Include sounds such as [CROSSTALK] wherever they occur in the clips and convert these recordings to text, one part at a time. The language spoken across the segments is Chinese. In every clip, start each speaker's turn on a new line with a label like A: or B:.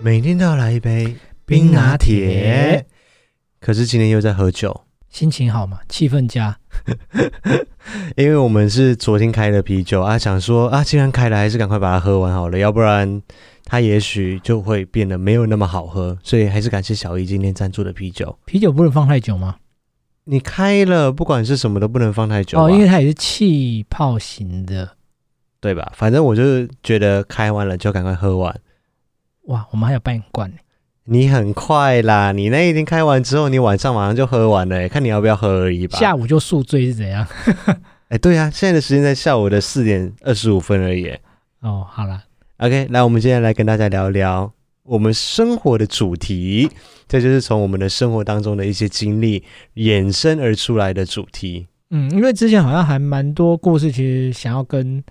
A: 每天都要来一杯
B: 冰拿铁。
A: 可是今天又在喝酒，
B: 心情好嘛，气氛佳。
A: 因为我们是昨天开的啤酒啊，想说啊，既然开了，还是赶快把它喝完好了，要不然它也许就会变得没有那么好喝。所以还是感谢小姨今天赞助的啤酒。
B: 啤酒不能放太久吗？
A: 你开了，不管是什么都不能放太久、啊，
B: 哦，因为它也是气泡型的。
A: 对吧？反正我就觉得开完了就赶快喝完。
B: 哇，我们还有半罐呢。
A: 你很快啦，你那一天开完之后，你晚上马上就喝完了，看你要不要喝而已吧。
B: 下午就宿醉是怎样？ [LAUGHS]
A: 哎，对啊，现在的时间在下午的四点二十五分而已。
B: 哦，好啦，
A: OK，那我们接下来跟大家聊聊我们生活的主题，这就是从我们的生活当中的一些经历衍生而出来的主题。
B: 嗯，因为之前好像还蛮多故事，其实想要跟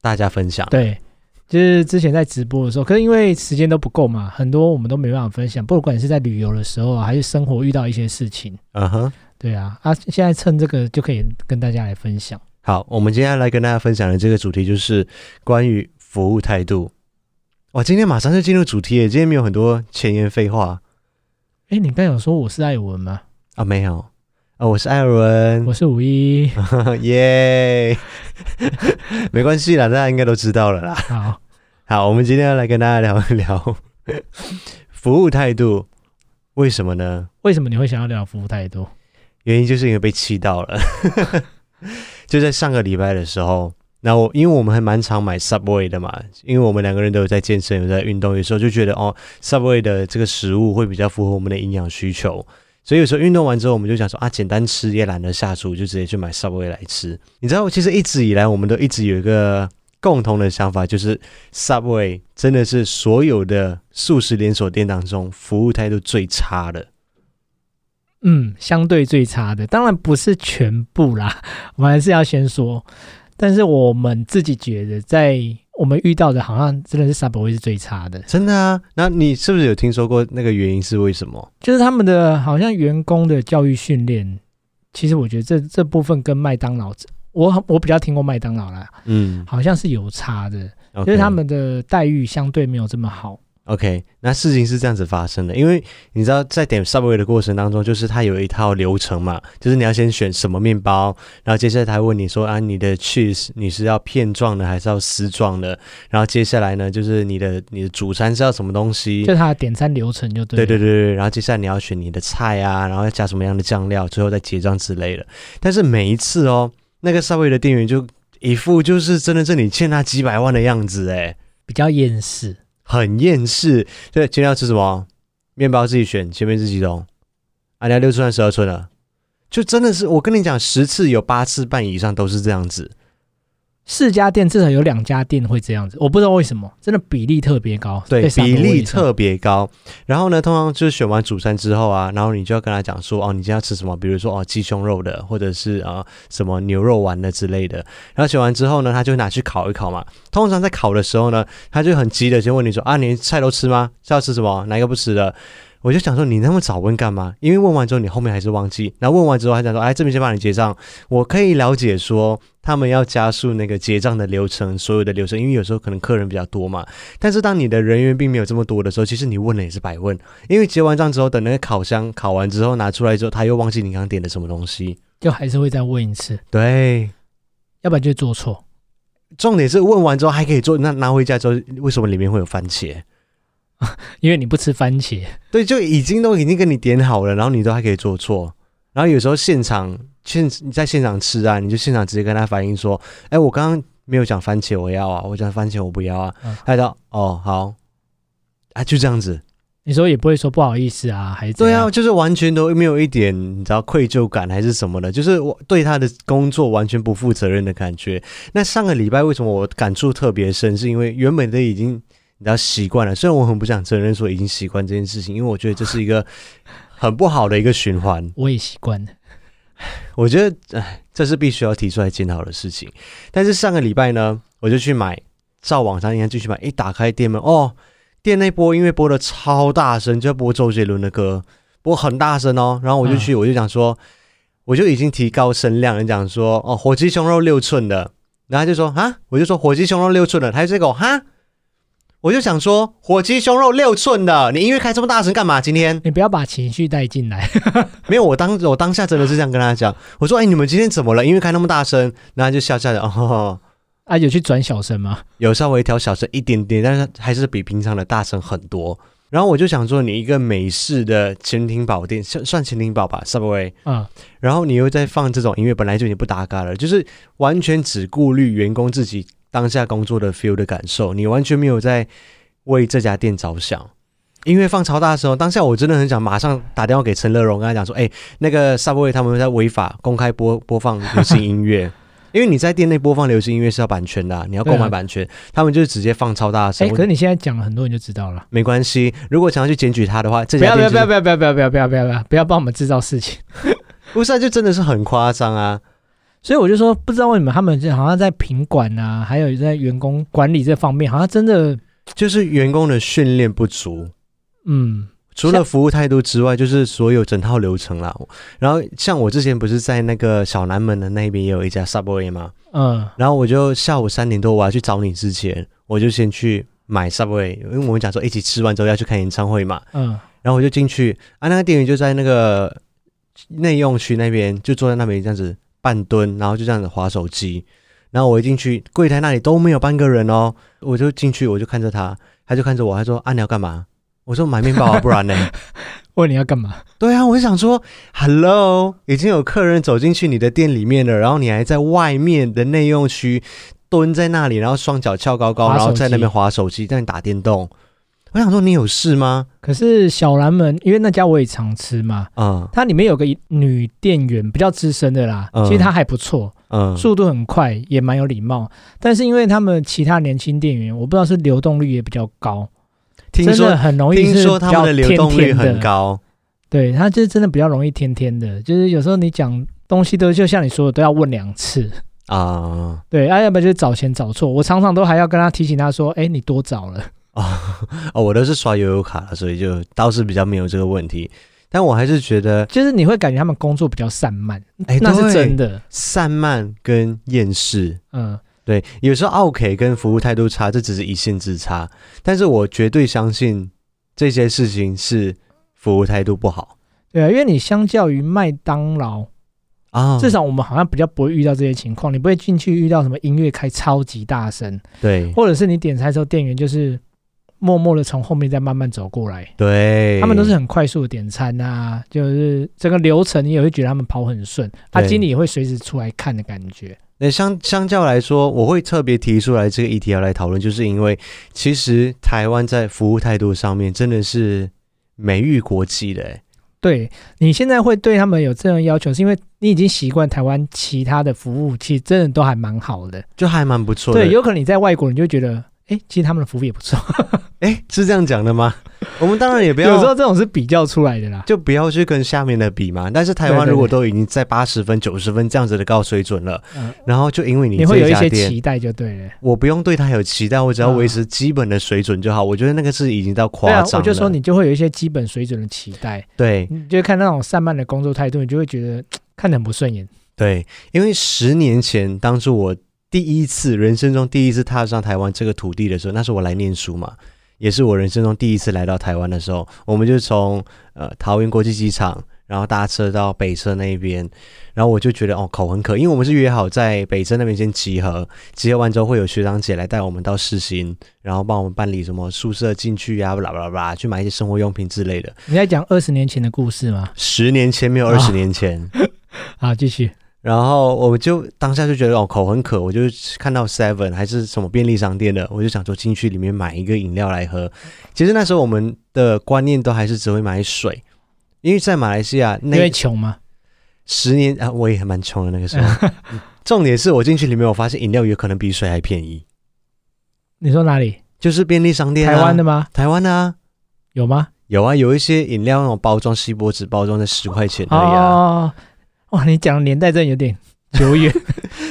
A: 大家分享。
B: 对，就是之前在直播的时候，可是因为时间都不够嘛，很多我们都没办法分享。不管是在旅游的时候啊，还是生活遇到一些事情，
A: 嗯哼，
B: 对啊，啊，现在趁这个就可以跟大家来分享。
A: 好，我们接下来跟大家分享的这个主题就是关于服务态度。哇，今天马上就进入主题耶，今天没有很多前言废话
B: 哎，你刚有说我是艾文吗？
A: 啊，没有啊，我是艾文，
B: 我是五一。
A: [LAUGHS] 耶，没关系啦，大家应该都知道了啦。
B: 好，
A: 好，我们今天要来跟大家聊一 [LAUGHS] 聊服务态度，为什么呢？
B: 为什么你会想要聊服务态度？
A: 原因就是因为被气到了。 [LAUGHS] 就在上个礼拜的时候，那我因为我们还蛮常买 Subway 的嘛，因为我们两个人都有在健身，有在运动，有时候就觉得哦，Subway 的这个食物会比较符合我们的营养需求，所以有时候运动完之后，我们就想说啊，简单吃也懒得下厨，就直接去买 Subway 来吃。你知道，其实一直以来我们都一直有一个共同的想法，就是 Subway 真的是所有的素食连锁店当中服务态度最差的。
B: 嗯，相对最差的，当然不是全部啦，我们还是要先说。但是我们自己觉得，在我们遇到的，好像真的是 Subway 是最差的，
A: 真的啊？那你是不是有听说过那个原因是为什么？
B: 就是他们的好像员工的教育训练，其实我觉得这这部分跟麦当劳，我我比较听过麦当劳啦，
A: 嗯
B: 好像是有差的，
A: o
B: 就是他们的待遇相对没有这么好。
A: OK。那事情是这样子发生的，因为你知道在点 Subway 的过程当中，就是它有一套流程嘛，就是你要先选什么面包，然后接下来他会问你说啊，你的 cheese 你是要片状的还是要丝状的？然后接下来呢，就是你的你的主餐是要什么东西？
B: 就他的点餐流程就
A: 对
B: 对了，
A: 对对对，然后接下来你要选你的菜啊，然后要加什么样的酱料，最后再结账之类的。但是每一次哦，那个 Subway 的店员就一副就是真的是你欠他几百万的样子，哎，
B: 比较厌世。
A: 很厌世。对，今天要吃什么？面包自己选，前面是几种？啊，你要六寸还是十二寸的？就真的是，我跟你讲，十次有八次半以上都是这样子。
B: 四家店至少有两家店会这样子，我不知道为什么，真的比例特别高，
A: 对，
B: Subway
A: 比例
B: 上
A: 特别高。然后呢，通常就是选完主餐之后啊，然后你就要跟他讲说，哦，你今天要吃什么？比如说哦，鸡胸肉的，或者是啊、呃什么牛肉丸的之类的。然后选完之后呢，他就拿去烤一烤嘛。通常在烤的时候呢，他就很急的先问你说，啊，你菜都吃吗？是要吃什么？哪一个不吃的？我就想说，你那么早问干嘛？因为问完之后你后面还是忘记，然后问完之后还想说，哎，这边先帮你结账。我可以了解说他们要加速那个结账的流程，所有的流程，因为有时候可能客人比较多嘛。但是当你的人员并没有这么多的时候，其实你问了也是白问，因为结完账之后，等那个烤箱烤完之后拿出来之后，他又忘记你刚刚点的什么东西。
B: 就还是会再问一次，
A: 对，
B: 要不然就做错。
A: 重点是问完之后还可以做，那拿回家之后，为什么里面会有番茄？
B: 因为你不吃番茄，
A: 对，就已经都已经跟你点好了，然后你都还可以做错，然后有时候现场现你在现场吃啊，你就现场直接跟他反映说，哎，我刚刚没有讲番茄，我要啊，我讲番茄我不要啊，
B: 嗯
A: 他就哦好，啊就这样子，
B: 你说也不会说不好意思啊，还是怎
A: 对
B: 样
A: 啊，，就是完全都没有一点你知道愧疚感还是什么的，就是我对他的工作完全不负责任的感觉。那上个礼拜为什么我感触特别深，是因为原本都已经你知道习惯了，虽然我很不想承认说已经习惯这件事情，因为我觉得这是一个很不好的一个循环。
B: 我也习惯了。
A: 我觉得，哎，这是必须要提出来检讨的事情。但是上个礼拜呢，我就去买，照网上应该继续买。一打开店门，哦，店内播音乐播的超大声，就在播周杰伦的歌，播很大声哦。然后我就去，我就讲说，我就已经提高声量，讲说，哦，火鸡胸肉六寸的。然后他就说，啊，我就说火鸡胸肉六寸的，他就这个，哈，我就想说，火鸡胸肉六寸的，你音乐开这么大声干嘛？今天
B: 你不要把情绪带进来。 [LAUGHS]
A: 没有，我当我当下真的是这样跟他讲，我说，哎、你们今天怎么了？音乐开那么大声，然后他就笑笑的，哦，
B: 啊，有去转小声吗？
A: 有稍微调小声一点点，但是还是比平常的大声很多。然后我就想说，你一个美式的潜艇堡店，算算潜艇堡吧，Subway，
B: 嗯，
A: 然后你又在放这种音乐，本来就已经不搭嘎了，就是完全只顾虑员工自己当下工作的 feel 的感受，你完全没有在为这家店着想。音乐放超大的时候，当下我真的很想马上打电话给陈乐荣，跟他讲说：“哎、那个 Subway 他们在违法公开播播放流行音乐， [LAUGHS] 因为你在店内播放流行音乐是要版权的啊、你要购
B: 对
A: 买
B: 啊
A: 版权，他们就是直接放超大
B: 哎、
A: 声。
B: 可是你现在讲了，很多人就知道了。
A: 没关系，如果想要去检举他的话，这
B: 不
A: 家
B: 要不
A: 店、就
B: 要
A: 是、
B: 不要不要不要不要不要不要不要不要不要帮我们制造事情。
A: 不是、啊，就真的是很夸张啊！
B: 所以我就说，不知道为什么他们好像在品管啊，还有在员工管理这方面，好像真的，
A: 就是员工的训练不足，
B: 嗯，
A: 除了服务态度之外，就是所有整套流程啦。然后像我之前不是在那个小南门的那边也有一家 Subway 吗？
B: 嗯，
A: 然后我就下午三点多我要去找你之前，我就先去买 Subway，因为我们讲说一起吃完之后要去看演唱会嘛。
B: 嗯，
A: 然后我就进去啊，那个店员就在那个内用区那边，就坐在那边这样子半蹲，然后就这样子划手机。然后我一进去，柜台那里都没有半个人哦，我就进去，我就看着他，他就看着我，他说：“啊，你要干嘛？”我说：“买面包啊，不然呢？”
B: 问你要干嘛？
A: 对啊，我就想说，Hello，已经有客人走进去你的店里面了，然后你还在外面的内用区蹲在那里，然后双脚翘高高，
B: 滑手
A: 然
B: 机
A: 后在那边划手机，在那里打电动。我想说，你有事吗？
B: 可是小蓝门，因为那家我也常吃嘛，
A: 嗯
B: 它里面有个女店员比较资深的啦，
A: 嗯
B: 其实她还不错，
A: 嗯，
B: 速度很快，也蛮有礼貌。但是因为他们其他年轻店员，我不知道是流动率也比较高，
A: 听
B: 真的
A: 说
B: 很容易
A: 听
B: 是
A: 说他们的
B: 比较
A: 流动率
B: 天天的
A: 很高，
B: 对，他就是真的比较容易天天的，就是有时候你讲东西都就像你说的，都要问两次。 [LAUGHS]
A: 啊、
B: 对，啊，要不然就是找钱找错，我常常都还要跟他提醒他说，哎，你多找了。 [LAUGHS]
A: 哦，我都是刷悠游卡了，所以就倒是比较没有这个问题。但我还是觉得，
B: 就是你会感觉他们工作比较散漫，
A: 哎，
B: 那是真
A: 的
B: 的。
A: 散漫跟厌世。
B: 嗯，
A: 对，有时候 OK 跟服务态度差，这只是一线之差，但是我绝对相信这些事情是服务态度不好
B: 对啊，因为你相较于麦当劳，
A: 啊，
B: 至少我们好像比较不会遇到这些情况，你不会进去遇到什么音乐开超级大声，
A: 对
B: 或者是你点餐的时候店员就是默默的从后面再慢慢走过来。
A: 对，
B: 他们都是很快速的点餐啊，就是整个流程你也会觉得他们跑很顺，啊，
A: 对
B: 经理也会随时出来看的感觉。
A: 那相相较来说，我会特别提出来这个议题要来讨论，就是因为其实台湾在服务态度上面真的是美誉国际的欸，
B: 对你现在会对他们有这样要求，是因为你已经习惯台湾其他的服务，其实真的都还蛮好的。
A: 就还蛮不错的。
B: 对，有可能你在外国，你就会觉得，哎，其实他们的服务也不错。
A: 哎，是这样讲的吗？我们当然也不要
B: 有时候这种是比较出来的啦。
A: 就不要去跟下面的比嘛。但是台湾
B: 对对
A: 如果都已经在八十分、九十分这样子的高水准了，
B: 嗯
A: 然后就因为你
B: 你会有
A: 这
B: 一
A: 家
B: 些
A: 店，
B: 期待就对了。
A: 我不用对他有期待，我只要维持基本的水准就好。我觉得那个是已经到
B: 对
A: 夸
B: 啊，
A: 张了。
B: 我就说你就会有一些基本水准的期待，
A: 对
B: 你就会看那种散漫的工作态度，你就会觉得看得很不顺眼。
A: 对，因为十年前当初我第一次人生中第一次踏上台湾这个土地的时候，那是我来念书嘛。也是我人生中第一次来到台湾的时候，我们就从呃桃园国际机场，然后搭车到北车那边，然后我就觉得哦口很渴，因为我们是约好在北车那边先集合，集合完之后会有学长姐来带我们到市心，然后帮我们办理什么宿舍进去呀、啊，啦啦啦，去买一些生活用品之类的。
B: 你在讲二十年前的故事吗？
A: 十年前没有二十年前，
B: 好，继续。
A: 然后我就当下就觉得哦口很渴，我就看到 Seven 还是什么便利商店的，我就想说进去里面买一个饮料来喝。其实那时候我们的观念都还是只会买水，因为在马来西亚
B: 因为
A: 那
B: 穷嘛，
A: 十年啊，我也还蛮穷的那个时
B: [LAUGHS]
A: 候。嗯重点是我进去里面，我发现饮料有可能比水还便宜，
B: 你说哪里？
A: 就是便利商店、啊、
B: 台湾的，吗？
A: 台湾的啊，
B: 有吗？
A: 有啊，有一些饮料那种包装锡箔纸包装在十块钱而已啊。
B: 哦，哇，你讲的年代真的有点 [LAUGHS] 久远。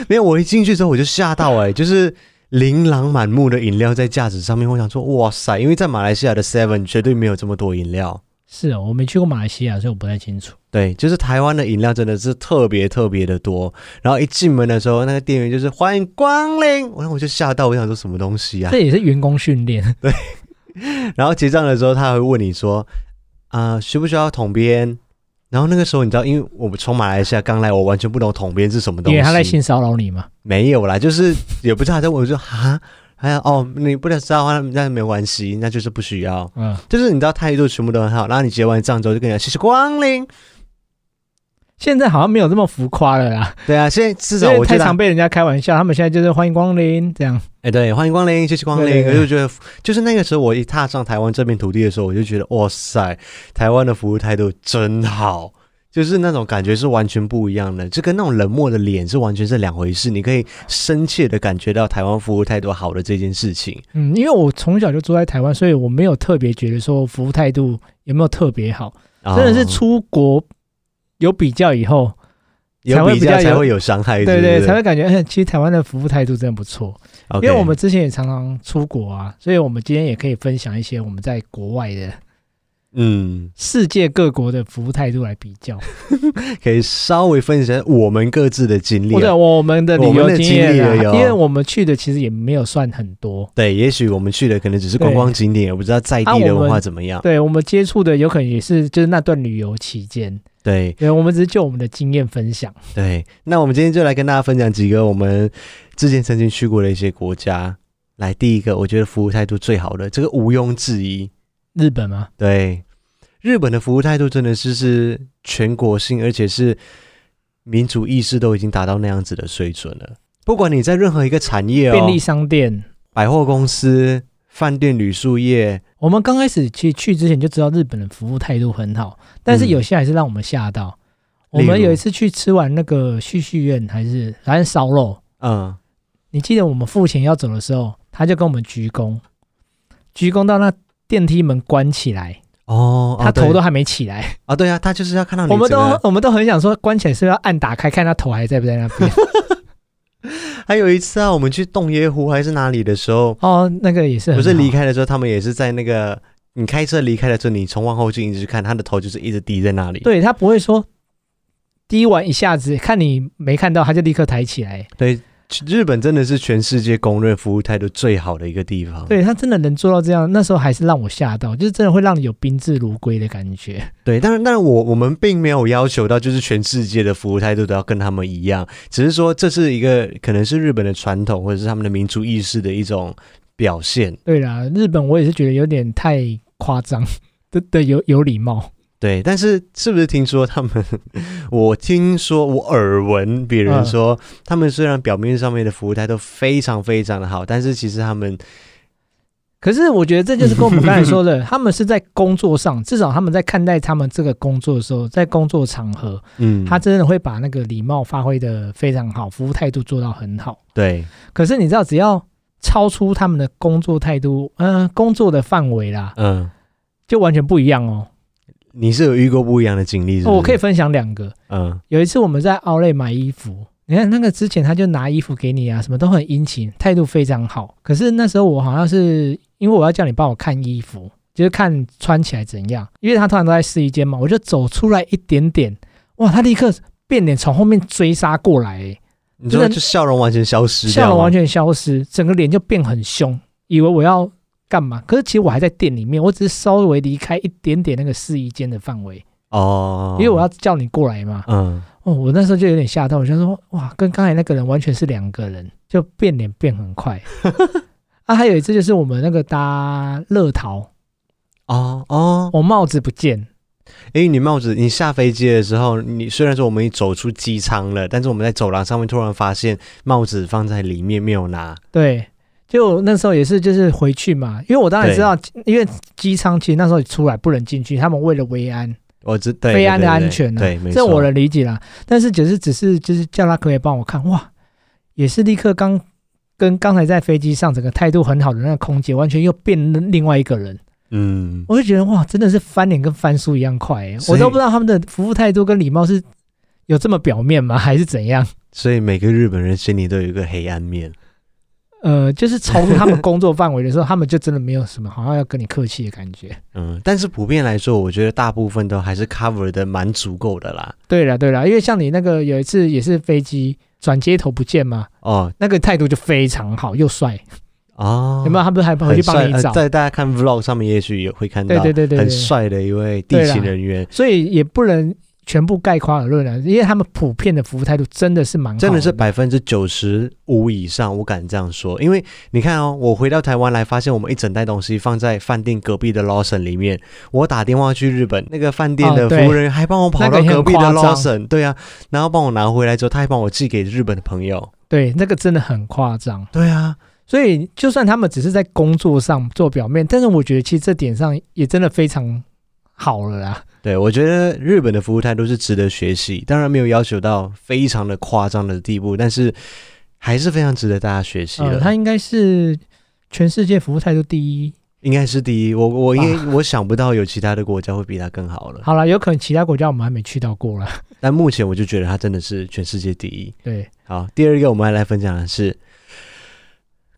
A: 没有，我一进去之后我就吓到哎、就是琳琅满目的饮料在架子上面，我想说哇塞，因为在马来西亚的 Seven 绝对没有这么多饮料，
B: 是哦，我没去过马来西亚，所以我不太清楚。
A: 对，就是台湾的饮料真的是特别特别的多。然后一进门的时候，那个店员就是欢迎光临，然后我就吓到，我想说什么东西啊？
B: 这也是员工训练，
A: 然后结账的时候，他还会问你说：“啊、需不需要统编？”然后那个时候，你知道，因为我们从马来西亚刚来，我完全不懂统编是什么东
B: 因
A: 西。
B: 为他在性骚扰你嘛。
A: 没有啦，就是也不知道他在问我说哈，还有哦，你不知道那那没关系，那就是不需要。
B: 嗯，
A: 就是你知道态度全部都很好，然后你结完账之后就跟你讲谢谢光临。
B: 现在好像没有这么浮夸了啦，
A: 对啊，现在至
B: 因
A: 少
B: 为
A: 我觉
B: 太
A: 得 [LAUGHS]
B: 常被人家开玩笑，他们现在就是欢迎光临这样。
A: 哎、对，欢迎光临，谢谢光
B: 对对
A: 临。我
B: 对
A: 就觉得，就是那个时候我一踏上台湾这片土地的时候，我就觉得，哇塞，台湾的服务态度真好，就是那种感觉是完全不一样的，这跟那种冷漠的脸是完全是两回事。你可以深切的感觉到台湾服务态度好的这件事情。
B: 嗯，因为我从小就住在台湾，所以我没有特别觉得说服务态度有没有特别好，真的是
A: 哦
B: 出国有比较以后，才
A: 有
B: 会
A: 比
B: 比
A: 较
B: 较
A: 才
B: 有
A: 会有伤害，
B: 对
A: 对
B: 对，才会感觉，哎其实台湾的服务态度真的不错。
A: o
B: 因为我们之前也常常出国啊，所以我们今天也可以分享一些我们在国外的
A: 嗯，
B: 世界各国的服务态度来比较。
A: 可以稍微分享我们各自的经历
B: 或
A: 啊。
B: 者我们的旅游
A: 我们
B: 经验
A: 的经历而已
B: 啊，
A: 哦
B: 因为我们去的其实也没有算很多。
A: 对，也许我们去的可能只是观光景点，也不知道在地
B: 啊我
A: 的文
B: 们
A: 化怎么样。
B: 对我们接触的有可能也是就是那段旅游期间，
A: 对，
B: 对，我们只是就我们的经验分享。
A: 对，那我们今天就来跟大家分享几个我们之前曾经去过的一些国家。来，第一个，我觉得服务态度最好的，这个毋庸置疑。
B: 日本吗？
A: 对，日本的服务态度真的是是全国性，而且是民主意识都已经达到那样子的水准了。不管你在任何一个产业哦
B: 便，利商店，
A: 百货公司、饭店、旅宿业，
B: 我们刚开始去去之前就知道日本的服务态度很好，但是有些还是让我们吓到。我们
A: 嗯例如
B: 有一次去吃完那个旭旭苑还是反正烧肉，
A: 嗯，
B: 你记得我们付钱要走的时候，他就跟我们鞠躬，鞠躬到那电梯门关起来，
A: 哦，
B: 他
A: 啊对
B: 头都还没起来。
A: 啊，对啊，他就是要看到你
B: 我们
A: 整
B: 都
A: 个
B: 我们都很想说关起来是不是要按打开，看他头还在不在那
A: [LAUGHS]
B: 边。
A: 还有一次啊，我们去洞爷湖还是哪里的时候，
B: 哦，那个也是很
A: 不是
B: 好
A: 离开的时候，他们也是在那个你开车离开的时候，你从往后镜一直看，他的头就是一直低在那里。
B: 对他不会说滴完一下子看你没看到，他就立刻抬起来。
A: 对，日本真的是全世界公认服务态度最好的一个地方。
B: 对他真的能做到这样，那时候还是让我吓到，就是真的会让你有宾至如归的感觉。 [LAUGHS]
A: 对，当然，当然我我们并没有要求到就是全世界的服务态度都要跟他们一样，只是说这是一个可能是日本的传统或者是他们的民族意识的一种表现。
B: 对啦，日本我也是觉得有点太夸张。 [LAUGHS] 的的有有礼貌，
A: 对，但是是不是听说他们？我听说，我耳闻别人
B: 嗯
A: 说，他们虽然表面上面的服务态度非常非常的好，但是其实他们
B: 可是我觉得这就是跟我们刚才
A: [LAUGHS]
B: 说的，他们是在工作上，至少他们在看待他们这个工作的时候，在工作场合，
A: 嗯，
B: 他真的会把那个礼貌发挥的非常好，服务态度做到很好。
A: 对
B: 可是你知道，只要超出他们的工作态度，嗯、工作的范围啦，
A: 嗯，
B: 就完全不一样哦。
A: 你是有遇过不一样的经历是不
B: 哦
A: 是？
B: 我可以分享两个。
A: 嗯，
B: 有一次我们在奥莱买衣服，你看那个之前他就拿衣服给你啊，什么都很殷勤，态度非常好。可是那时候我好像是因为我要叫你帮我看衣服，就是看穿起来怎样，因为他通常都在试衣间嘛，我就走出来一点点，哇，他立刻变脸从后面追杀过来、欸
A: 你说
B: 真的
A: 就笑容完全消失掉吗，
B: 笑容完全消失，整个脸就变很凶，以为我要干嘛？可是其实我还在店里面，我只是稍微离开一点点那个试衣间的范围，
A: 哦，
B: 因为我要叫你过来嘛。
A: 嗯，
B: 哦，我那时候就有点吓到，我就说哇，跟刚才那个人完全是两个人，就变脸变很
A: [LAUGHS]
B: 快。啊，还有一次就是我们那个搭乐桃，
A: 哦哦，
B: 我帽子不见，
A: 因为你帽子，你下飞机的时候，你虽然说我们已走出机舱了，但是我们在走廊上面突然发现帽子放在里面没有拿，
B: 对。就那时候也是，就是回去嘛，因为我当然知道，因为机舱其实那时候出来不能进去，他们为了维安，
A: 我知对
B: 飞安的
A: 对对
B: 安全啊
A: 对，没错，
B: 这我能理解啦，但是只是只是就是叫他可不可以帮我看，哇，也是立刻刚跟刚才在飞机上整个态度很好的那个空姐，完全又变了另外一个人，
A: 嗯，
B: 我就觉得哇，真的是翻脸跟翻书一样快、欸，
A: 所
B: 我
A: 以
B: 都不知道他们的服务态度跟礼貌是有这么表面吗，还是怎样？
A: 所以每个日本人心里都有一个黑暗面，
B: [LAUGHS] 呃，就是超出他们工作范围的时候，他们就真的没有什么好像要跟你客气的感觉。
A: 嗯，但是普遍来说，我觉得大部分都还是 cover 的蛮足够的啦。
B: [LAUGHS] 对了对了，因为像你那个有一次也是飞机转接头不见嘛，
A: 哦
B: 那个态度就非常好，又帅，
A: 哦，
B: 有没有？他们还回
A: 很
B: 去帮
A: 帅？
B: 你
A: 呃
B: 找，
A: 在大家看 vlog 上面，也许也会看到，
B: 对对对对
A: 很
B: 对，
A: 帅的一位地勤人员，
B: 所以也不能全部概括而论啊，因为他们普遍的服务态度真的是蛮好
A: 真的是百分之九十五以上，我敢这样说。因为你看哦，我回到台湾来，发现我们一整袋东西放在饭店隔壁的 Lawson 里面，我打电话去日本，那个饭店的
B: 哦
A: 服
B: 对
A: 务人员还帮我跑
B: 那个
A: 到
B: 也很
A: 隔壁的
B: 夸张
A: Lawson，对啊，然后帮我拿回来之后，他还帮我寄给日本的朋友，
B: 对那个真的很夸张。
A: 对啊，
B: 所以就算他们只是在工作上做表面，但是我觉得其实这点上也真的非常好了啦。
A: 对，我觉得日本的服务态度是值得学习，当然没有要求到非常的夸张的地步，但是还是非啊常值得大家学习的。
B: 呃，他应该是全世界服务态度第一。
A: 应该是第一，我我应该、我想不到有其他的国家会比他更好 [LAUGHS] 了。
B: 好了，有可能其他国家我们还没去到过啦。
A: 但目前我就觉得他真的是全世界第一。
B: 对，
A: 好，第二个我们来分享的是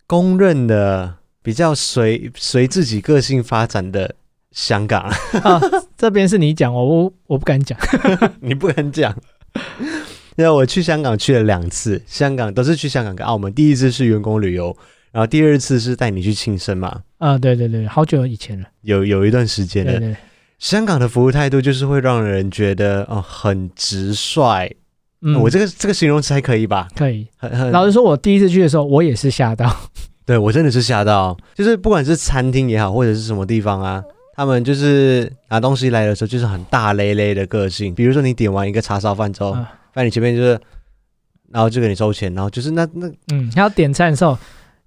A: 公认的比较随随自己个性发展的香港，
B: 啊这边是你讲哦，我我不敢讲。
A: 你不敢讲。那我去香港去了两次，香港都是去香港跟澳门。第一次是员工旅游，然后第二次是带你去庆生嘛，
B: 啊、对对对，好久以前了。
A: 有有一段时间
B: 对
A: 了
B: 对。对，
A: 香港的服务态度就是会让人觉得哦、很直率，
B: 嗯，
A: 我这个嗯这个形容词还可以吧？
B: 可以。
A: 很很
B: 老实说，我第一次去的时候，我也是吓到。
A: 对我真的是吓到，就是不管是餐厅也好，或者是什么地方啊，他们就是拿东西来的时候就是很大咧咧的个性。比如说你点完一个叉烧饭之后，
B: 嗯
A: 在、你前面就是，然后就给你收钱，然后就是那那
B: 嗯，他要点餐的时候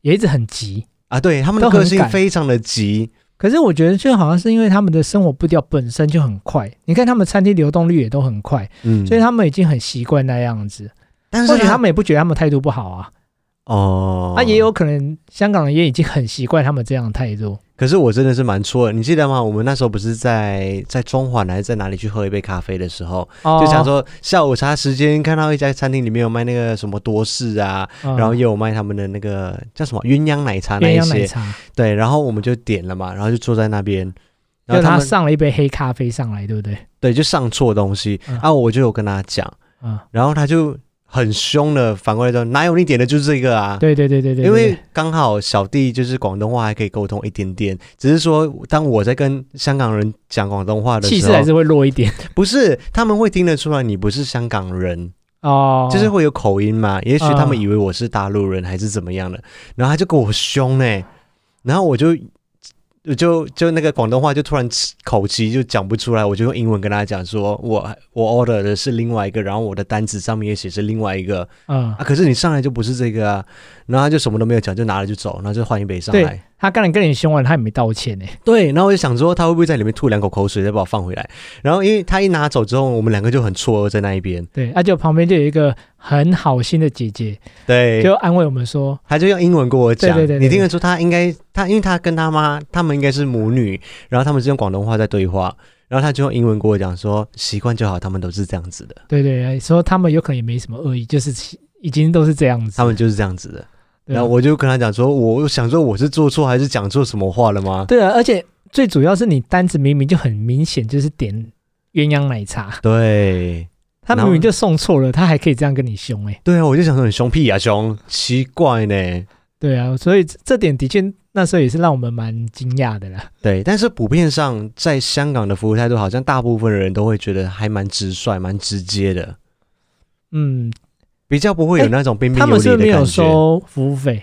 B: 也一直很急。
A: 啊，对他们的
B: 都很
A: 个性
B: 赶
A: 非常的急，
B: 可是我觉得，就好像是因为他们的生活步调本身就很快，你看他们餐厅流动率也都很快，
A: 嗯，
B: 所以他们已经很习惯那样子。
A: 但
B: 或
A: 是
B: 许他们也不觉得他们态度不好啊，
A: 哦，
B: 啊，也有可能香港人也已经很习惯他们这样的态度。
A: 可是我真的是蛮错的，你记得吗？我们那时候不是在在中环还是在哪里去喝一杯咖啡的时候，
B: 哦
A: 就想，说下午茶时间看到一家餐厅里面有卖那个什么多士啊，
B: 嗯
A: 然后也有卖他们的那个叫什么鸳鸯奶茶那
B: 鸳
A: 一
B: 鸯奶
A: 些，
B: 茶，
A: 对，然后我们就点了嘛，然后就坐在那边，然
B: 就
A: 后
B: 他
A: 们
B: 上了一杯黑咖啡上来，对不对？
A: 对就上错东西，
B: 嗯
A: 啊，我就有跟他讲，
B: 啊，
A: 然后他就很凶的反过来说，哪有你点的就是这个啊，
B: 对对对对对，
A: 因
B: 对
A: 为刚好小弟就是广东话还可以沟通一点点，只是说当我在跟香港人讲广东话的
B: 气
A: 时
B: 势还
A: 候，
B: 是会弱一点
A: 不是他们会听得出来你不是香港人，
B: 哦，
A: [LAUGHS] 就是会有口音嘛。也许他们
B: 啊
A: 以为我是大陆人还是怎么样
B: 哦
A: 的，然后他就跟我凶呢、然后我就。我就就那个广东话就突然口急就讲不出来，我就用英文跟他讲说，我我 order 的是另外一个，然后我的单子上面也写是另外一个，
B: 嗯
A: 啊，，可是你上来就不是这个啊，然后他就什么都没有讲，就拿了就走，然后就换一杯上
B: 对
A: 来。
B: 他啊刚才跟你凶完，他也没道歉欸呢。
A: 对，然后我就想说他会不会在里面吐两口口水，再把我放回来？然后因为他一拿走之后，我们两个就很错愕在那一边。
B: 对，啊，就旁边就有一个很好心的姐姐，
A: 对，
B: 就安慰我们说，
A: 他就用英文跟我讲，
B: 对对对对
A: 你听得出他应该他，因为他跟他妈他们应该是母女，然后他们是用广东话在对话，然后他就用英文跟我讲说习惯就好，他们都是这样子的，
B: 对对，说他们有可能也没什么恶意，就是其已经都是这样子。
A: 他们就是这样子的。
B: 对啊
A: 然后我就跟他讲说，我想说我是做错还是讲错什么话了吗？
B: 对啊，而且最主要是你单子明明就很明显就是点鸳鸯奶茶，
A: 对，
B: 他
A: 然后
B: 明明就送错了，他还可以这样跟你凶哎、
A: 对啊，我就想说你凶屁呀、凶，奇怪呢。
B: 对啊，所以这这点的确那时候也是让我们蛮惊讶的啦。
A: 对，但是普遍上在香港的服务态度，好像大部分人都会觉得还蛮直率、蛮直接的，
B: 嗯，
A: 比较不会有
B: 哎
A: 那种彬彬
B: 他
A: 有
B: 们
A: 礼
B: 是
A: 的
B: 不是没有
A: 感觉。
B: 收服务费，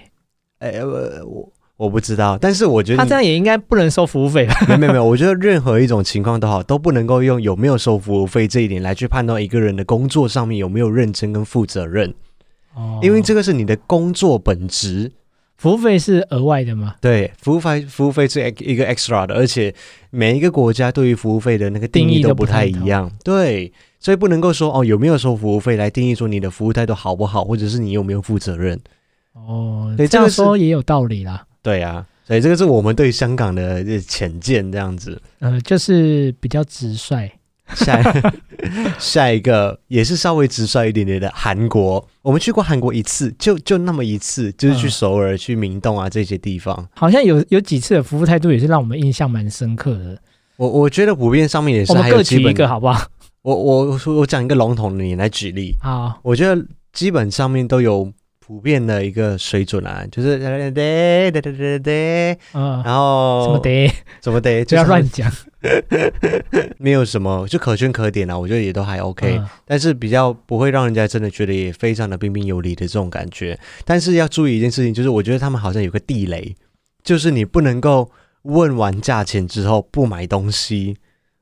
A: 哎、呃我我不知道，但是我觉
B: 他这
A: 得
B: 样也应该不能收服务
A: [LAUGHS]
B: 费吧？
A: 没没没有，我觉得任何一种情况都好，都不能够用有没有收服务费这一点来去判断一个人的工作上面有没有认真跟负责任，
B: 哦
A: 因为这个是你的工作本质。
B: 服务费是额外的嘛，
A: 对，服务费服务费是一个 extra 的，而且每一个国家对于服务费的那个定
B: 定
A: 义
B: 义
A: 都
B: 都
A: 不
B: 不
A: 太
B: 太
A: 一样，对，所以不能够说哦有没有收服务费来定义说你的服务态度好不好，或者是你有没有负责任，
B: 哦，
A: 对
B: 这
A: 这个
B: 样
A: 是
B: 说也有道理啦。
A: 对啊，所以这个是我们对香港的呃浅见这样子，
B: 呃，就是比较直率， [LAUGHS]
A: 下一下一个也是稍微直率一点点的韩国，我们去过韩国一次，就就那么一次，就是去
B: 嗯
A: 首尔、去明洞啊这些地方。
B: 好像有有几次的服务态度也是让我们印象蛮深刻的。
A: 我我觉得普遍上面也是
B: 我
A: 还
B: 们
A: 有
B: 各
A: 基
B: 举
A: 本
B: 一个好不好？
A: 我我我说我讲一个笼统的，你来举例。
B: 好，
A: 我觉得基本上面都有普遍的一个水准啊，就是得得得得得，
B: 嗯、
A: 然后
B: 什么得
A: 怎么得，
B: 不
A: 就
B: 要
A: 是
B: 乱讲。
A: 没有什么，就可圈可点啊，我觉得也都还 OK，、
B: 嗯
A: 但是比较不会让人家真的觉得也非常的彬彬有礼的这种感觉。但是要注意一件事情，就是我觉得他们好像有个地雷，就是你不能够问完价钱之后不买东西，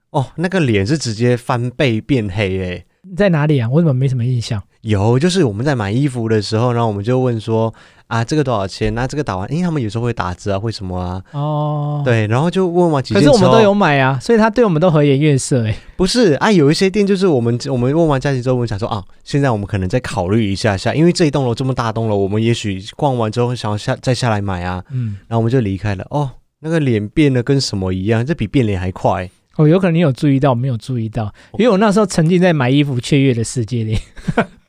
A: 哦，那个脸是直接翻倍变黑诶、
B: 在哪里啊？我怎么没什么印象？
A: 有，就是我们在买衣服的时候，然后我们就问说啊，这个多少钱？那、这个打完，因为他们有时候会打折啊，会什么啊？
B: 哦，，
A: 对，然后就问完几
B: 可
A: 件
B: 是
A: 之后，
B: 我们都有买啊，所以他对我们都和颜悦色哎、
A: 不是啊？有一些店就是我们我们问完价钱之后，我们想说啊，现在我们可能再考虑一下下，因为这一栋楼这么大栋楼，我们也许逛完之后想要下再下来买啊，
B: 嗯，
A: 然后我们就离开了。哦，那个脸变得跟什么一样，这比变脸还快。
B: 哦，有可能你有注意到，我没有注意到，因为我那时候沉浸在买衣服雀跃的世
A: [LAUGHS]
B: 界里。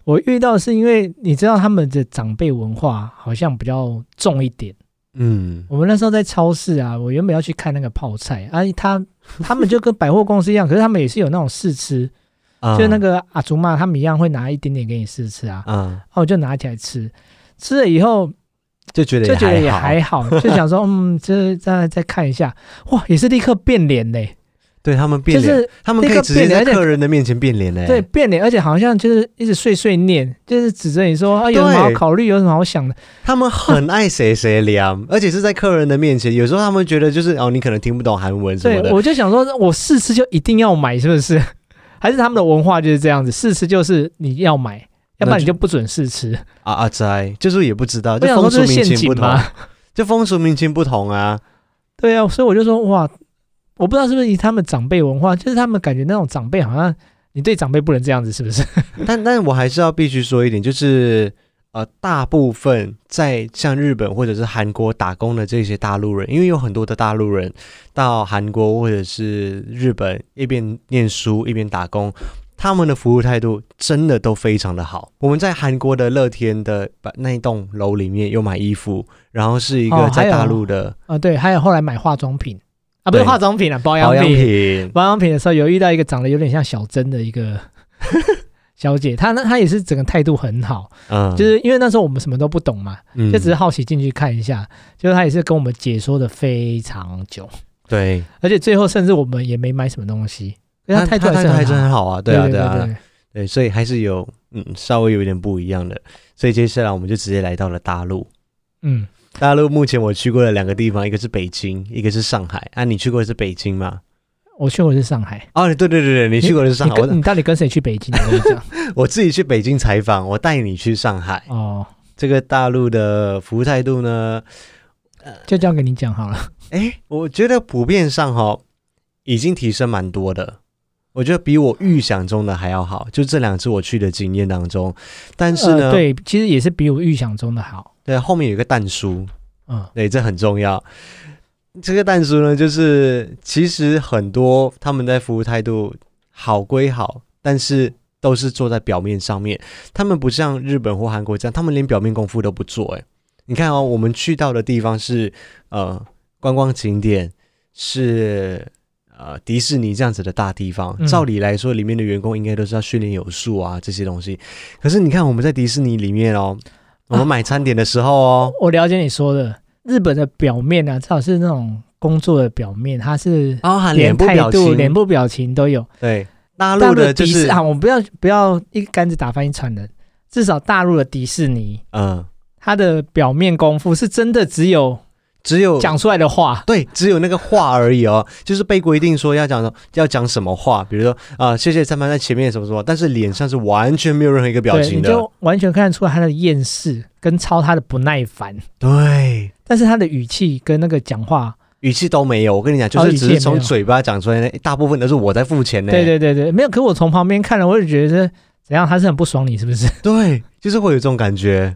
B: 我遇到是因为你知道他们的长辈文化好像比较重一点。
A: 嗯，
B: 我们那时候在超市啊，我原本要去看那个泡菜，啊，他他们就跟百货公司一样，可是他们也是有那种试吃，
A: 啊
B: 就是那个阿祖妈他们一样会拿一点点给你试吃啊，
A: 啊，
B: 啊，我就拿起来吃，吃了以后
A: 就觉得
B: 就觉得也
A: 好
B: 还好，就
A: [LAUGHS]
B: 想说嗯，这再再看一下，哇，也是立刻变脸嘞、
A: 对他们变
B: 就
A: 脸，哎
B: 是
A: 他们
B: 那
A: 可以
B: 个
A: 直接
B: 变脸
A: 在
B: 而且
A: 客人的面前变脸嘞、
B: 对，变脸，而且好像就是一直碎碎念，就是指着你说啊，有什么好
A: 对
B: 考虑，有什么好想的。
A: 他们很爱谁谁
B: [LAUGHS]
A: 凉，而且是在客人的面前。有时候他们觉得就是哦，你可能听不懂韩文什
B: 对
A: 么，的。
B: 我就想说，我试吃就一定要买，是不是？ [LAUGHS] 还是他们的文化就是这样子，试吃就是你要买，要不
A: 那
B: 然
A: 就
B: 你就不准试吃。
A: 啊啊哉，就是也不知道，
B: 我
A: 就
B: 想说
A: 风俗
B: 这
A: 民
B: 是陷
A: 情不
B: 阱
A: 同
B: 吗，？
A: 就风俗民情不同啊。
B: 对啊，所以我就说哇，我不知道是不是以他们长辈文化，就是他们感觉那种长辈好像你对长辈不能这样子，是不是？
A: 但但我还是要必须说一点，就是呃，大部分在像日本或者是韩国打工的这些大陆人，因为有很多的大陆人到韩国或者是日本一边念书一边打工。他们的服务态度真的都非常的好。我们在韩国的乐天的那一栋楼里面有买衣服，然后是一个
B: 哦
A: 在
B: 还有
A: 大陆的
B: 啊，对，还有后来买化妆品啊，不是
A: 对
B: 化妆品啊，保
A: 保养
B: 品。
A: 品，
B: 保养品的时候，有遇到一个长得有点像小珍的一个 [LAUGHS] 小姐，她那她也是整个态度很好，
A: 嗯，
B: 就是因为那时候我们什么都不懂嘛，
A: 嗯
B: 就只是好奇进去看一下，就是她也是跟我们解说的非常久，
A: 对，
B: 而且最后甚至我们也没买什么东西，可是她态度
A: 他
B: 还是
A: 还是
B: 很好，
A: 很好啊，对啊，
B: 对
A: 啊，
B: 对
A: 对，所以还是有嗯稍微有一点不一样的。所以接下来我们就直接来到了大陆。
B: 嗯，
A: 大陆目前我去过的两个地方，一个是北京，一个是上海。啊，你去过的是北京吗？
B: 我去过是上海。
A: 哦，对对对对，你去过的是上
B: [LAUGHS] 你
A: 海。我
B: 跟你到底跟谁去北京？啊我跟你讲
A: 我自己去北京采访，我带你去上海。
B: 哦，
A: 这个大陆的服务态度呢，
B: 就交给你讲好了。
A: 哎，我觉得普遍上哈、已经提升蛮多的。我觉得比我预想中的还要好，就这两次我去的经验当中，但是呢，
B: 呃对，其实也是比我预想中的好。
A: 对后面有一个蛋叔，
B: 嗯，
A: 对，这很重要。这个蛋叔呢，就是其实很多他们在服务态度好归好，但是都是做在表面上面。他们不像日本或韩国这样，他们连表面功夫都不做、欸。你看哦，我们去到的地方是呃观光景点，是呃迪士尼这样子的大地方。
B: 嗯
A: 照理来说，里面的员工应该都是要训练有素啊这些东西。可是你看我们在迪士尼里面哦，我们买餐点的时候哦，
B: 我了解你说的，日本的表面啊，至少是那种工作的表面，它是
A: 包含
B: 连
A: 啊脸部
B: 态
A: 表
B: 度、
A: 情，
B: 脸部表情都有。
A: 对，大
B: 大
A: 陆
B: 陆
A: 的
B: 的
A: 就
B: 迪
A: 是
B: 士啊，我们不要不要一竿子打翻一船人，至少大陆的迪士尼，
A: 嗯，
B: 它的表面功夫是真的只有
A: 只有
B: 讲出来的话。
A: 对，只有那个话而已哦，就是被规定说要讲要讲什么话，比如说啊、谢谢三班在前面什么什么，但是脸上是完全没有任何一个表
B: 对，
A: 情
B: 你
A: 的，
B: 就完全看得出来他的厌世跟超他的不耐烦，
A: 对，
B: 但是他的语气跟那个讲话，
A: 语气都没有。我跟你讲，就
B: 哦
A: 是
B: 语气
A: 只
B: 也
A: 是从
B: 没有
A: 嘴巴讲出来的，大部分都是我在付钱呢，
B: 对对对对，没有。可我从旁边看了，我就觉得怎样，他是很不爽你是不是？，
A: 对，就是会有这种感觉。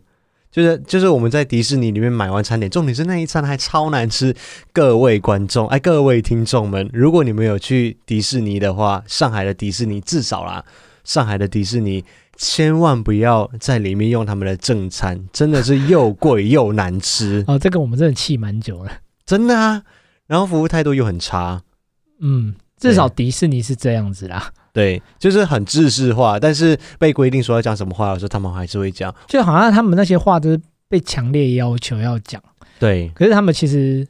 A: 就是就是我们在迪士尼里面买完餐点，重点是那一餐还超难吃。各位观众，哎，各位听众们，如果你们有去迪士尼的话，上海的迪士尼至少啦，上海的迪士尼千万不要在里面用他们的正餐，真的是又贵又难吃
B: 哦，这个我们真的气蛮久了。
A: 真的啊。然后服务态度又很差，
B: 嗯，至少迪士尼是这样子啦，
A: 对，就是很制式化，但是被规定说要讲什么话的时候，他们还是会讲。
B: 就好像他们那些话都是被强烈要求要讲，
A: 对，
B: 可是他们其实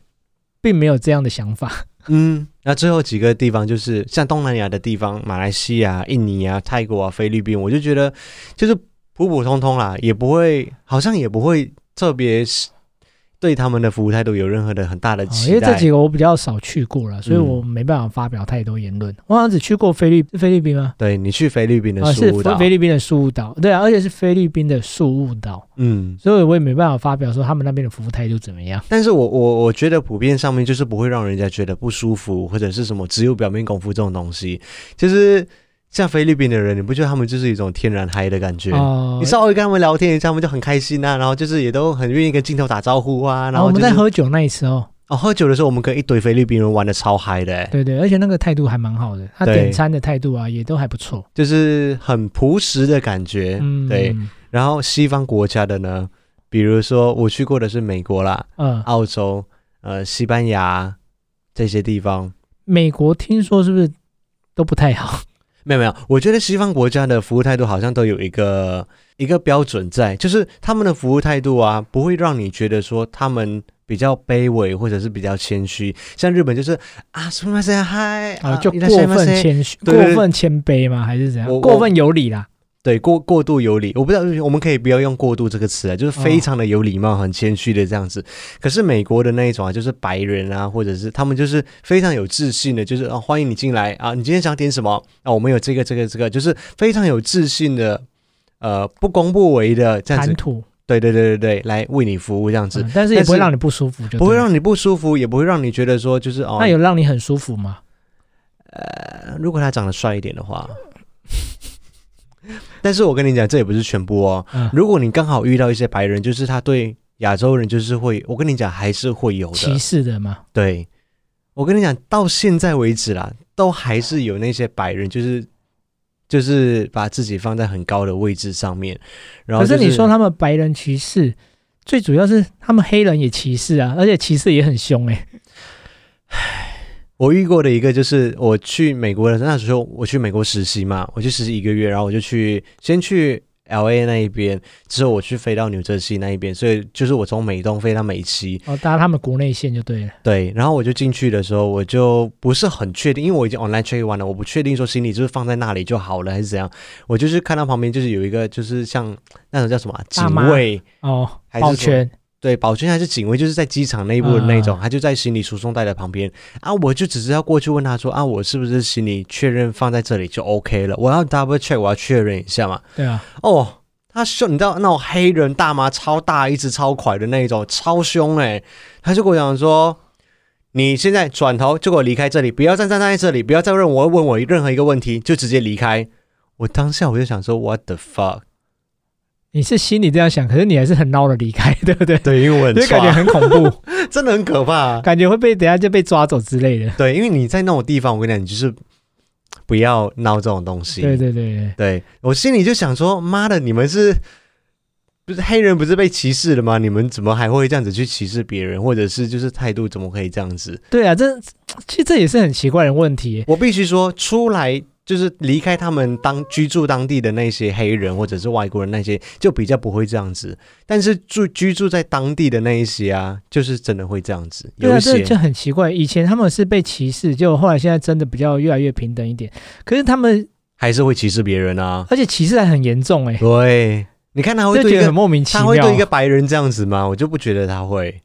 B: 并没有这样的想法。
A: 嗯，那最后几个地方就是像东南亚的地方，马来西亚、印尼啊、泰国啊、菲律宾，我就觉得就是普普通通啦，也不会，好像也不会特别是对他们的服务态度有任何的很大的
B: 哦因
A: 期
B: 为
A: 待。嗯
B: 这几个我比较少去过了，所以我没办法发表太多言论。我好像只去过菲律是菲律宾吗？
A: 对你去菲律宾的
B: 啊，
A: 苏
B: 是
A: 武
B: 菲
A: 岛，
B: 菲律宾的宿务岛，对啊，而且是菲律宾的宿务岛，
A: 嗯，
B: 所以我也没办法发表说他们那边的服务态度怎么样。
A: 但是我我我觉得普遍上面就是不会让人家觉得不舒服或者是什么只有表面功夫这种东西，就是像菲律宾的人，你不觉得他们就是一种天然嗨的感觉？
B: 哦
A: 你，稍微跟他们聊天一下，他们就很开心啊，然后就是也都很愿意跟镜头打招呼啊，然
B: 然
A: 后、
B: 后哦我
A: 就
B: 们
A: 是
B: 在喝酒那一次哦，
A: 哦喝酒的时候，我们跟一堆菲律宾人玩的超嗨的、欸，
B: 对对，而且那个态度还蛮好的，他
A: 对
B: 点餐的态度啊也都还不错。
A: 就是很朴实的感觉。
B: 嗯，
A: 对，然后西方国家的呢，比如说我去过的是美国啦、
B: 嗯，
A: 澳洲、呃西班牙这些地方，
B: 美国听说是不是都不太好？
A: 没有没有，我觉得西方国家的服务态度好像都有一个一个标准在，就是他们的服务态度啊，不会让你觉得说他们比较卑微或者是比较谦虚。像日本就是啊，什么谁嗨
B: 啊，就
A: い
B: 过
A: らっしゃいま
B: 分
A: せ
B: 谦虚、
A: 对
B: 过
A: 对对
B: 分谦卑吗？还是怎样
A: 我？
B: 过分有礼啦。
A: 对过过度有礼，我不知道我们可以不要用过度这个词啊，
B: 嗯
A: 就是非常的有礼貌、很谦虚的这样子。可是美国的那一种啊，就是白人啊，或者是他们就是非常有自信的，就是啊欢迎你进来啊，你今天想点什么啊？我们有这个这个这个，就是非常有自信的。呃，不恭不为的这样
B: 谈
A: 子，
B: 吐，
A: 对对对对对，来为你服务这样子，
B: 嗯但是也
A: 但
B: 不会
A: 是
B: 让你不舒服，就
A: 不会
B: 对了。
A: 让你不舒服，也不会让你觉得说就是哦，
B: 那有让你很舒服吗？
A: 呃如果他长得帅一点的话。 [LAUGHS] 但是我跟你讲，这也不是全部哦。
B: 嗯
A: 如果你刚好遇到一些白人，就是他对亚洲人就是会，我跟你讲还是会有
B: 歧
A: 的。
B: 视的吗？
A: 对，我跟你讲，到现在为止啦，都还是有那些白人，就是就是把自己放在很高的位置上面。然后、
B: 可
A: 就是
B: 你说他们白人歧视，最主要是他们黑人也歧视啊，而且歧视也很凶哎、
A: 我遇过的一个就是我去美国的时候那时候，我去美国实习嘛，我去实习一个月，然后我就去先去 L A 那一边，之后我去飞到纽泽西那一边，所以就是我从美东飞到美西，
B: 哦，搭他们国内线就对了。
A: 对，然后我就进去的时候，我就不是很确定，因为我已经 online check in 完了，我不确定说行李就是放在那里就好了还是怎样，我就是看到旁边就是有一个就是像那种叫什么啊
B: 大
A: 警
B: 妈
A: 卫，
B: 哦，
A: 还是
B: 保
A: 说
B: 全
A: 对，保全还是警卫，就是在机场内部的那种，
B: 嗯
A: 他就在行李输送带的旁边啊。我就只是要过去问他说啊，我是不是行李确认放在这里就 OK 了？我要 double check，我要确认一下嘛。
B: 对啊，
A: 哦，他凶，你知道那种黑人大妈超大一只超快的那一种，超凶哎、他就跟我讲说，你现在转头就给我离开这里，不要再站在这里，不要再问我问我任何一个问题，就直接离开。我当下我就想说，what the fuck？
B: 你是心里这样想，可是你还是很孬的离开，对不对？
A: 对，因为我很
B: 就感觉
A: 抓
B: 很恐怖，
A: 真的很可怕、啊
B: 感觉会被等下就被抓走之类的。
A: [LAUGHS] 对，因为你在那种地方，我跟你讲，你就是不要闹这种东西。
B: 对对对对，
A: 对我心里就想说，妈的，你们是不是黑人不是被歧视的吗？你们怎么还会这样子去歧视别人，或者是就是态度怎么可以这样子？
B: 对啊，这其实这也是很奇怪的问题耶。
A: 我必须说，出来就是离开他们当居住当地的那些黑人或者是外国人那些，就比较不会这样子。但是住居住在当地的那一些啊，就是真的会这样子，
B: 对
A: 有
B: 啊，
A: 一
B: 这
A: 些
B: 就很奇怪。以前他们是被歧视，就后来现在真的比较越来越平等一点。可是他们，
A: 还是会歧视别人啊。
B: 而且歧视还很严重，哎，
A: 对，你看他会
B: 就
A: 对一
B: 觉
A: 个
B: 得很莫名其
A: 他会
B: 妙
A: 对一。个白人这样子吗？我就不觉得他会。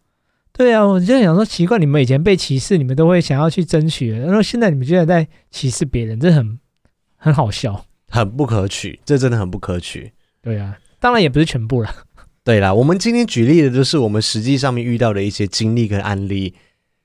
B: 对啊，我就想说奇怪，你们以前被歧视，你们都会想要去争取，然后现在你们居然在歧视别人，这很很好笑。
A: 很不可取，这真的很不可取。
B: 对啊，当然也不是全部啦。
A: 对啦，我们今天举例的就是我们实际上面遇到的一些经历跟案例。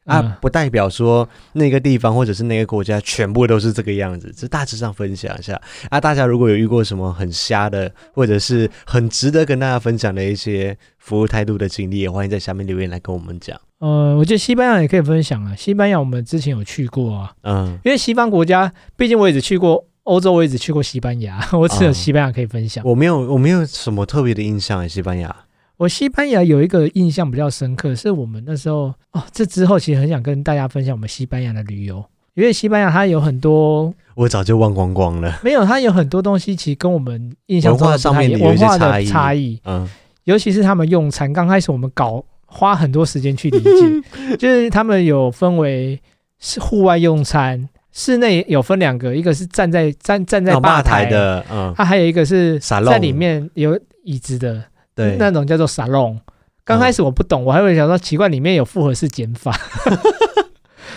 A: 啊
B: 嗯，
A: 不代表说那个地方或者是那个国家全部都是这个样子，只是大致上分享一下啊。大家如果有遇过什么很瞎的，或者是很值得跟大家分享的一些服务态度的经历，也欢迎在下面留言来跟我们讲。
B: 呃，我觉得西班牙也可以分享啊。西班牙我们之前有去过啊，
A: 嗯，
B: 因为西方国家，毕竟我也只去过欧洲，我也只去过西班牙， [LAUGHS] 我只有
A: 嗯
B: 西班牙可以分享。
A: 我没有，我没有什么特别的印象诶，西班牙。
B: 我西班牙有一个印象比较深刻，是我们那时候哦，这之后其实很想跟大家分享我们西班牙的旅游，因为西班牙它有很多
A: 我早就忘光光了。
B: 没有它有很多东西，其实跟我们印象中
A: 文化
B: 的不太一
A: 上面
B: 样
A: 有
B: 文
A: 一些
B: 化
A: 差
B: 的
A: 异
B: 差异，
A: 嗯，
B: 尤其是他们用餐，刚开始我们搞花很多时间去
A: [LAUGHS]
B: 理解，就是他们有分为是户外用餐，室内有分两个，一个是站在站站在
A: 哦吧
B: 台
A: 台，的，嗯，
B: 啊它、还有一个是
A: Salon
B: 在里面有椅子的，
A: 对，
B: 那种叫做 salon。刚开始我不懂，我还会想说奇怪，里面有复合式减
A: [LAUGHS]
B: 法。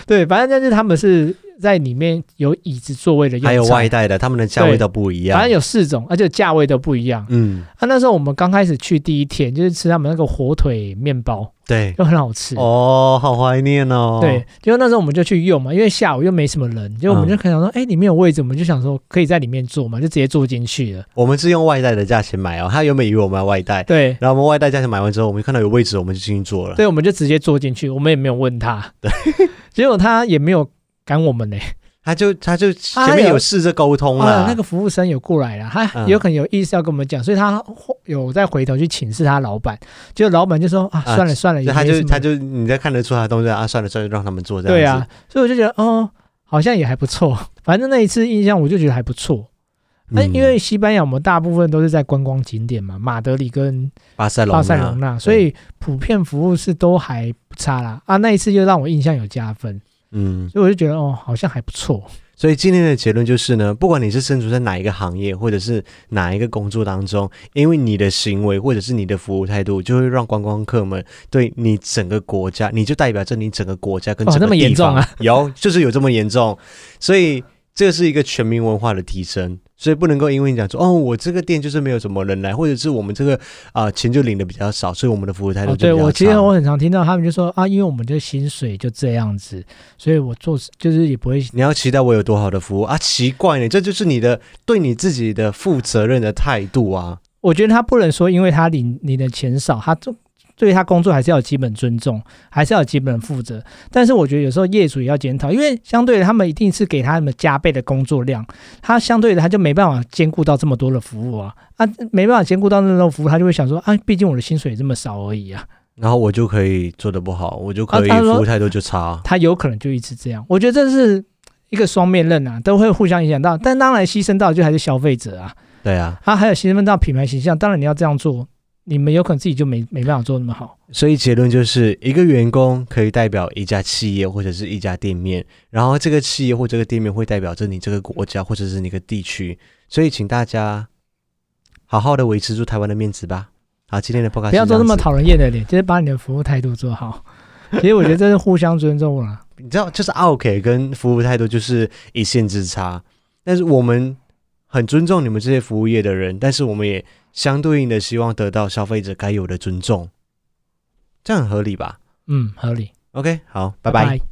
B: 对，反正就是他们是在里面有椅子座位的用餐，
A: 还有外啊带的，他们的价位都不一样。
B: 反正有四种，而且价位都不一样。
A: 嗯，
B: 啊，那时候我们刚开始去第一天，就是吃他们那个火腿面包，
A: 对。
B: 就很好吃。
A: 哦，好怀念哦。
B: 对，，结果那时候我们就去用嘛，因为下午又没什么人，就我们
A: 嗯
B: 就可能说，哎、里面有位置，我们就想说可以在里面坐嘛，就直接坐进去了。
A: 我们是用外带的价钱买哦，他原本以为我们要外带，
B: 对，
A: 然后我们外带价钱买完之后，我们看到有位置，我们就进去坐了。
B: 对，我们就直接坐进去，我们也没有问他，对， [LAUGHS] 结果他也没有赶我们呢、
A: 他就他就
B: 啊
A: 前面有试着沟通
B: 啊，
A: 了，
B: 那个服务生有过来了，他
A: 嗯
B: 有可能有意思要跟我们讲，所以他有再回头去请示他老板，结果老板就说啊，
A: 啊
B: 算了算了，也
A: 就他
B: 没
A: 就
B: 什么
A: 他就你在看得出他的动作啊，算了算了，让他们做这
B: 对
A: 样
B: 啊
A: 子。，
B: 所以我就觉得哦，好像也还不错，反正那一次印象我就觉得还不错。那、
A: 嗯
B: 因为西班牙我们大部分都是在观光景点嘛，马德里跟
A: 巴塞隆啊
B: 巴塞
A: 纳
B: 隆，纳，所以普遍服务是都还不差啦。啊，那一次就让我印象有加分，
A: 嗯，
B: 所以我就觉得哦，好像还不错。
A: 所以今天的结论就是呢，不管你是身处在哪一个行业，或者是哪一个工作当中，因为你的行为或者是你的服务态度，就会让观光客们对你整个国家，你就代表着你整个国家跟
B: 哦
A: 整个地方。
B: 那么严重啊！
A: 有，就是有这么严重，所以这是一个全民文化的提升。所以不能够因为你讲说，哦，我这个店就是没有什么人来，或者是我们这个啊、钱就领的比较少，所以我们的服务态度
B: 哦，
A: 就比较
B: 对
A: 差、
B: 我其实我很常听到他们就说啊，因为我们的薪水就这样子，所以我做事就是也不会
A: 你要期待我有多好的服务啊？奇怪呢，这就是你的对你自己的负责任的态度啊。
B: 我觉得他不能说，因为他领领的钱少，他就对他工作还是要有基本尊重，还是要有基本负责。但是我觉得有时候业主也要检讨，因为相对的他们一定是给他们加倍的工作量，他相对的他就没办法兼顾到这么多的服务啊啊，没办法兼顾到那么多服务，他就会想说啊，毕竟我的薪水这么少而已啊，
A: 然后我就可以做的不好，我就可以
B: 啊他说
A: 服务态度就差。
B: 他有可能就一直这样。我觉得这是一个双面刃啊，都会互相影响到，但当然牺牲到的就还是消费者啊。
A: 对啊，
B: 啊，还有新闻到品牌形象，当然你要这样做，你们有可能自己就没没办法做那么好。
A: 所以结论就是一个员工可以代表一家企业或者是一家店面，然后这个企业或这个店面会代表着你这个国家或者是你个地区。所以请大家好好的维持住台湾的面子吧。好，今天的 podcast
B: 不要做那么
A: 啊是这样子
B: 讨人厌的脸，就是把你的服务态度做好。其实我觉得这是互相尊重啊啦。
A: 你知道，就是 OK 跟服务态度就是一线之差。但是我们很尊重你们这些服务业的人，但是我们也相对应的希望得到消费者该有的尊重，这样很合理吧
B: 嗯，合理。
A: ？OK，好，拜拜。
B: 拜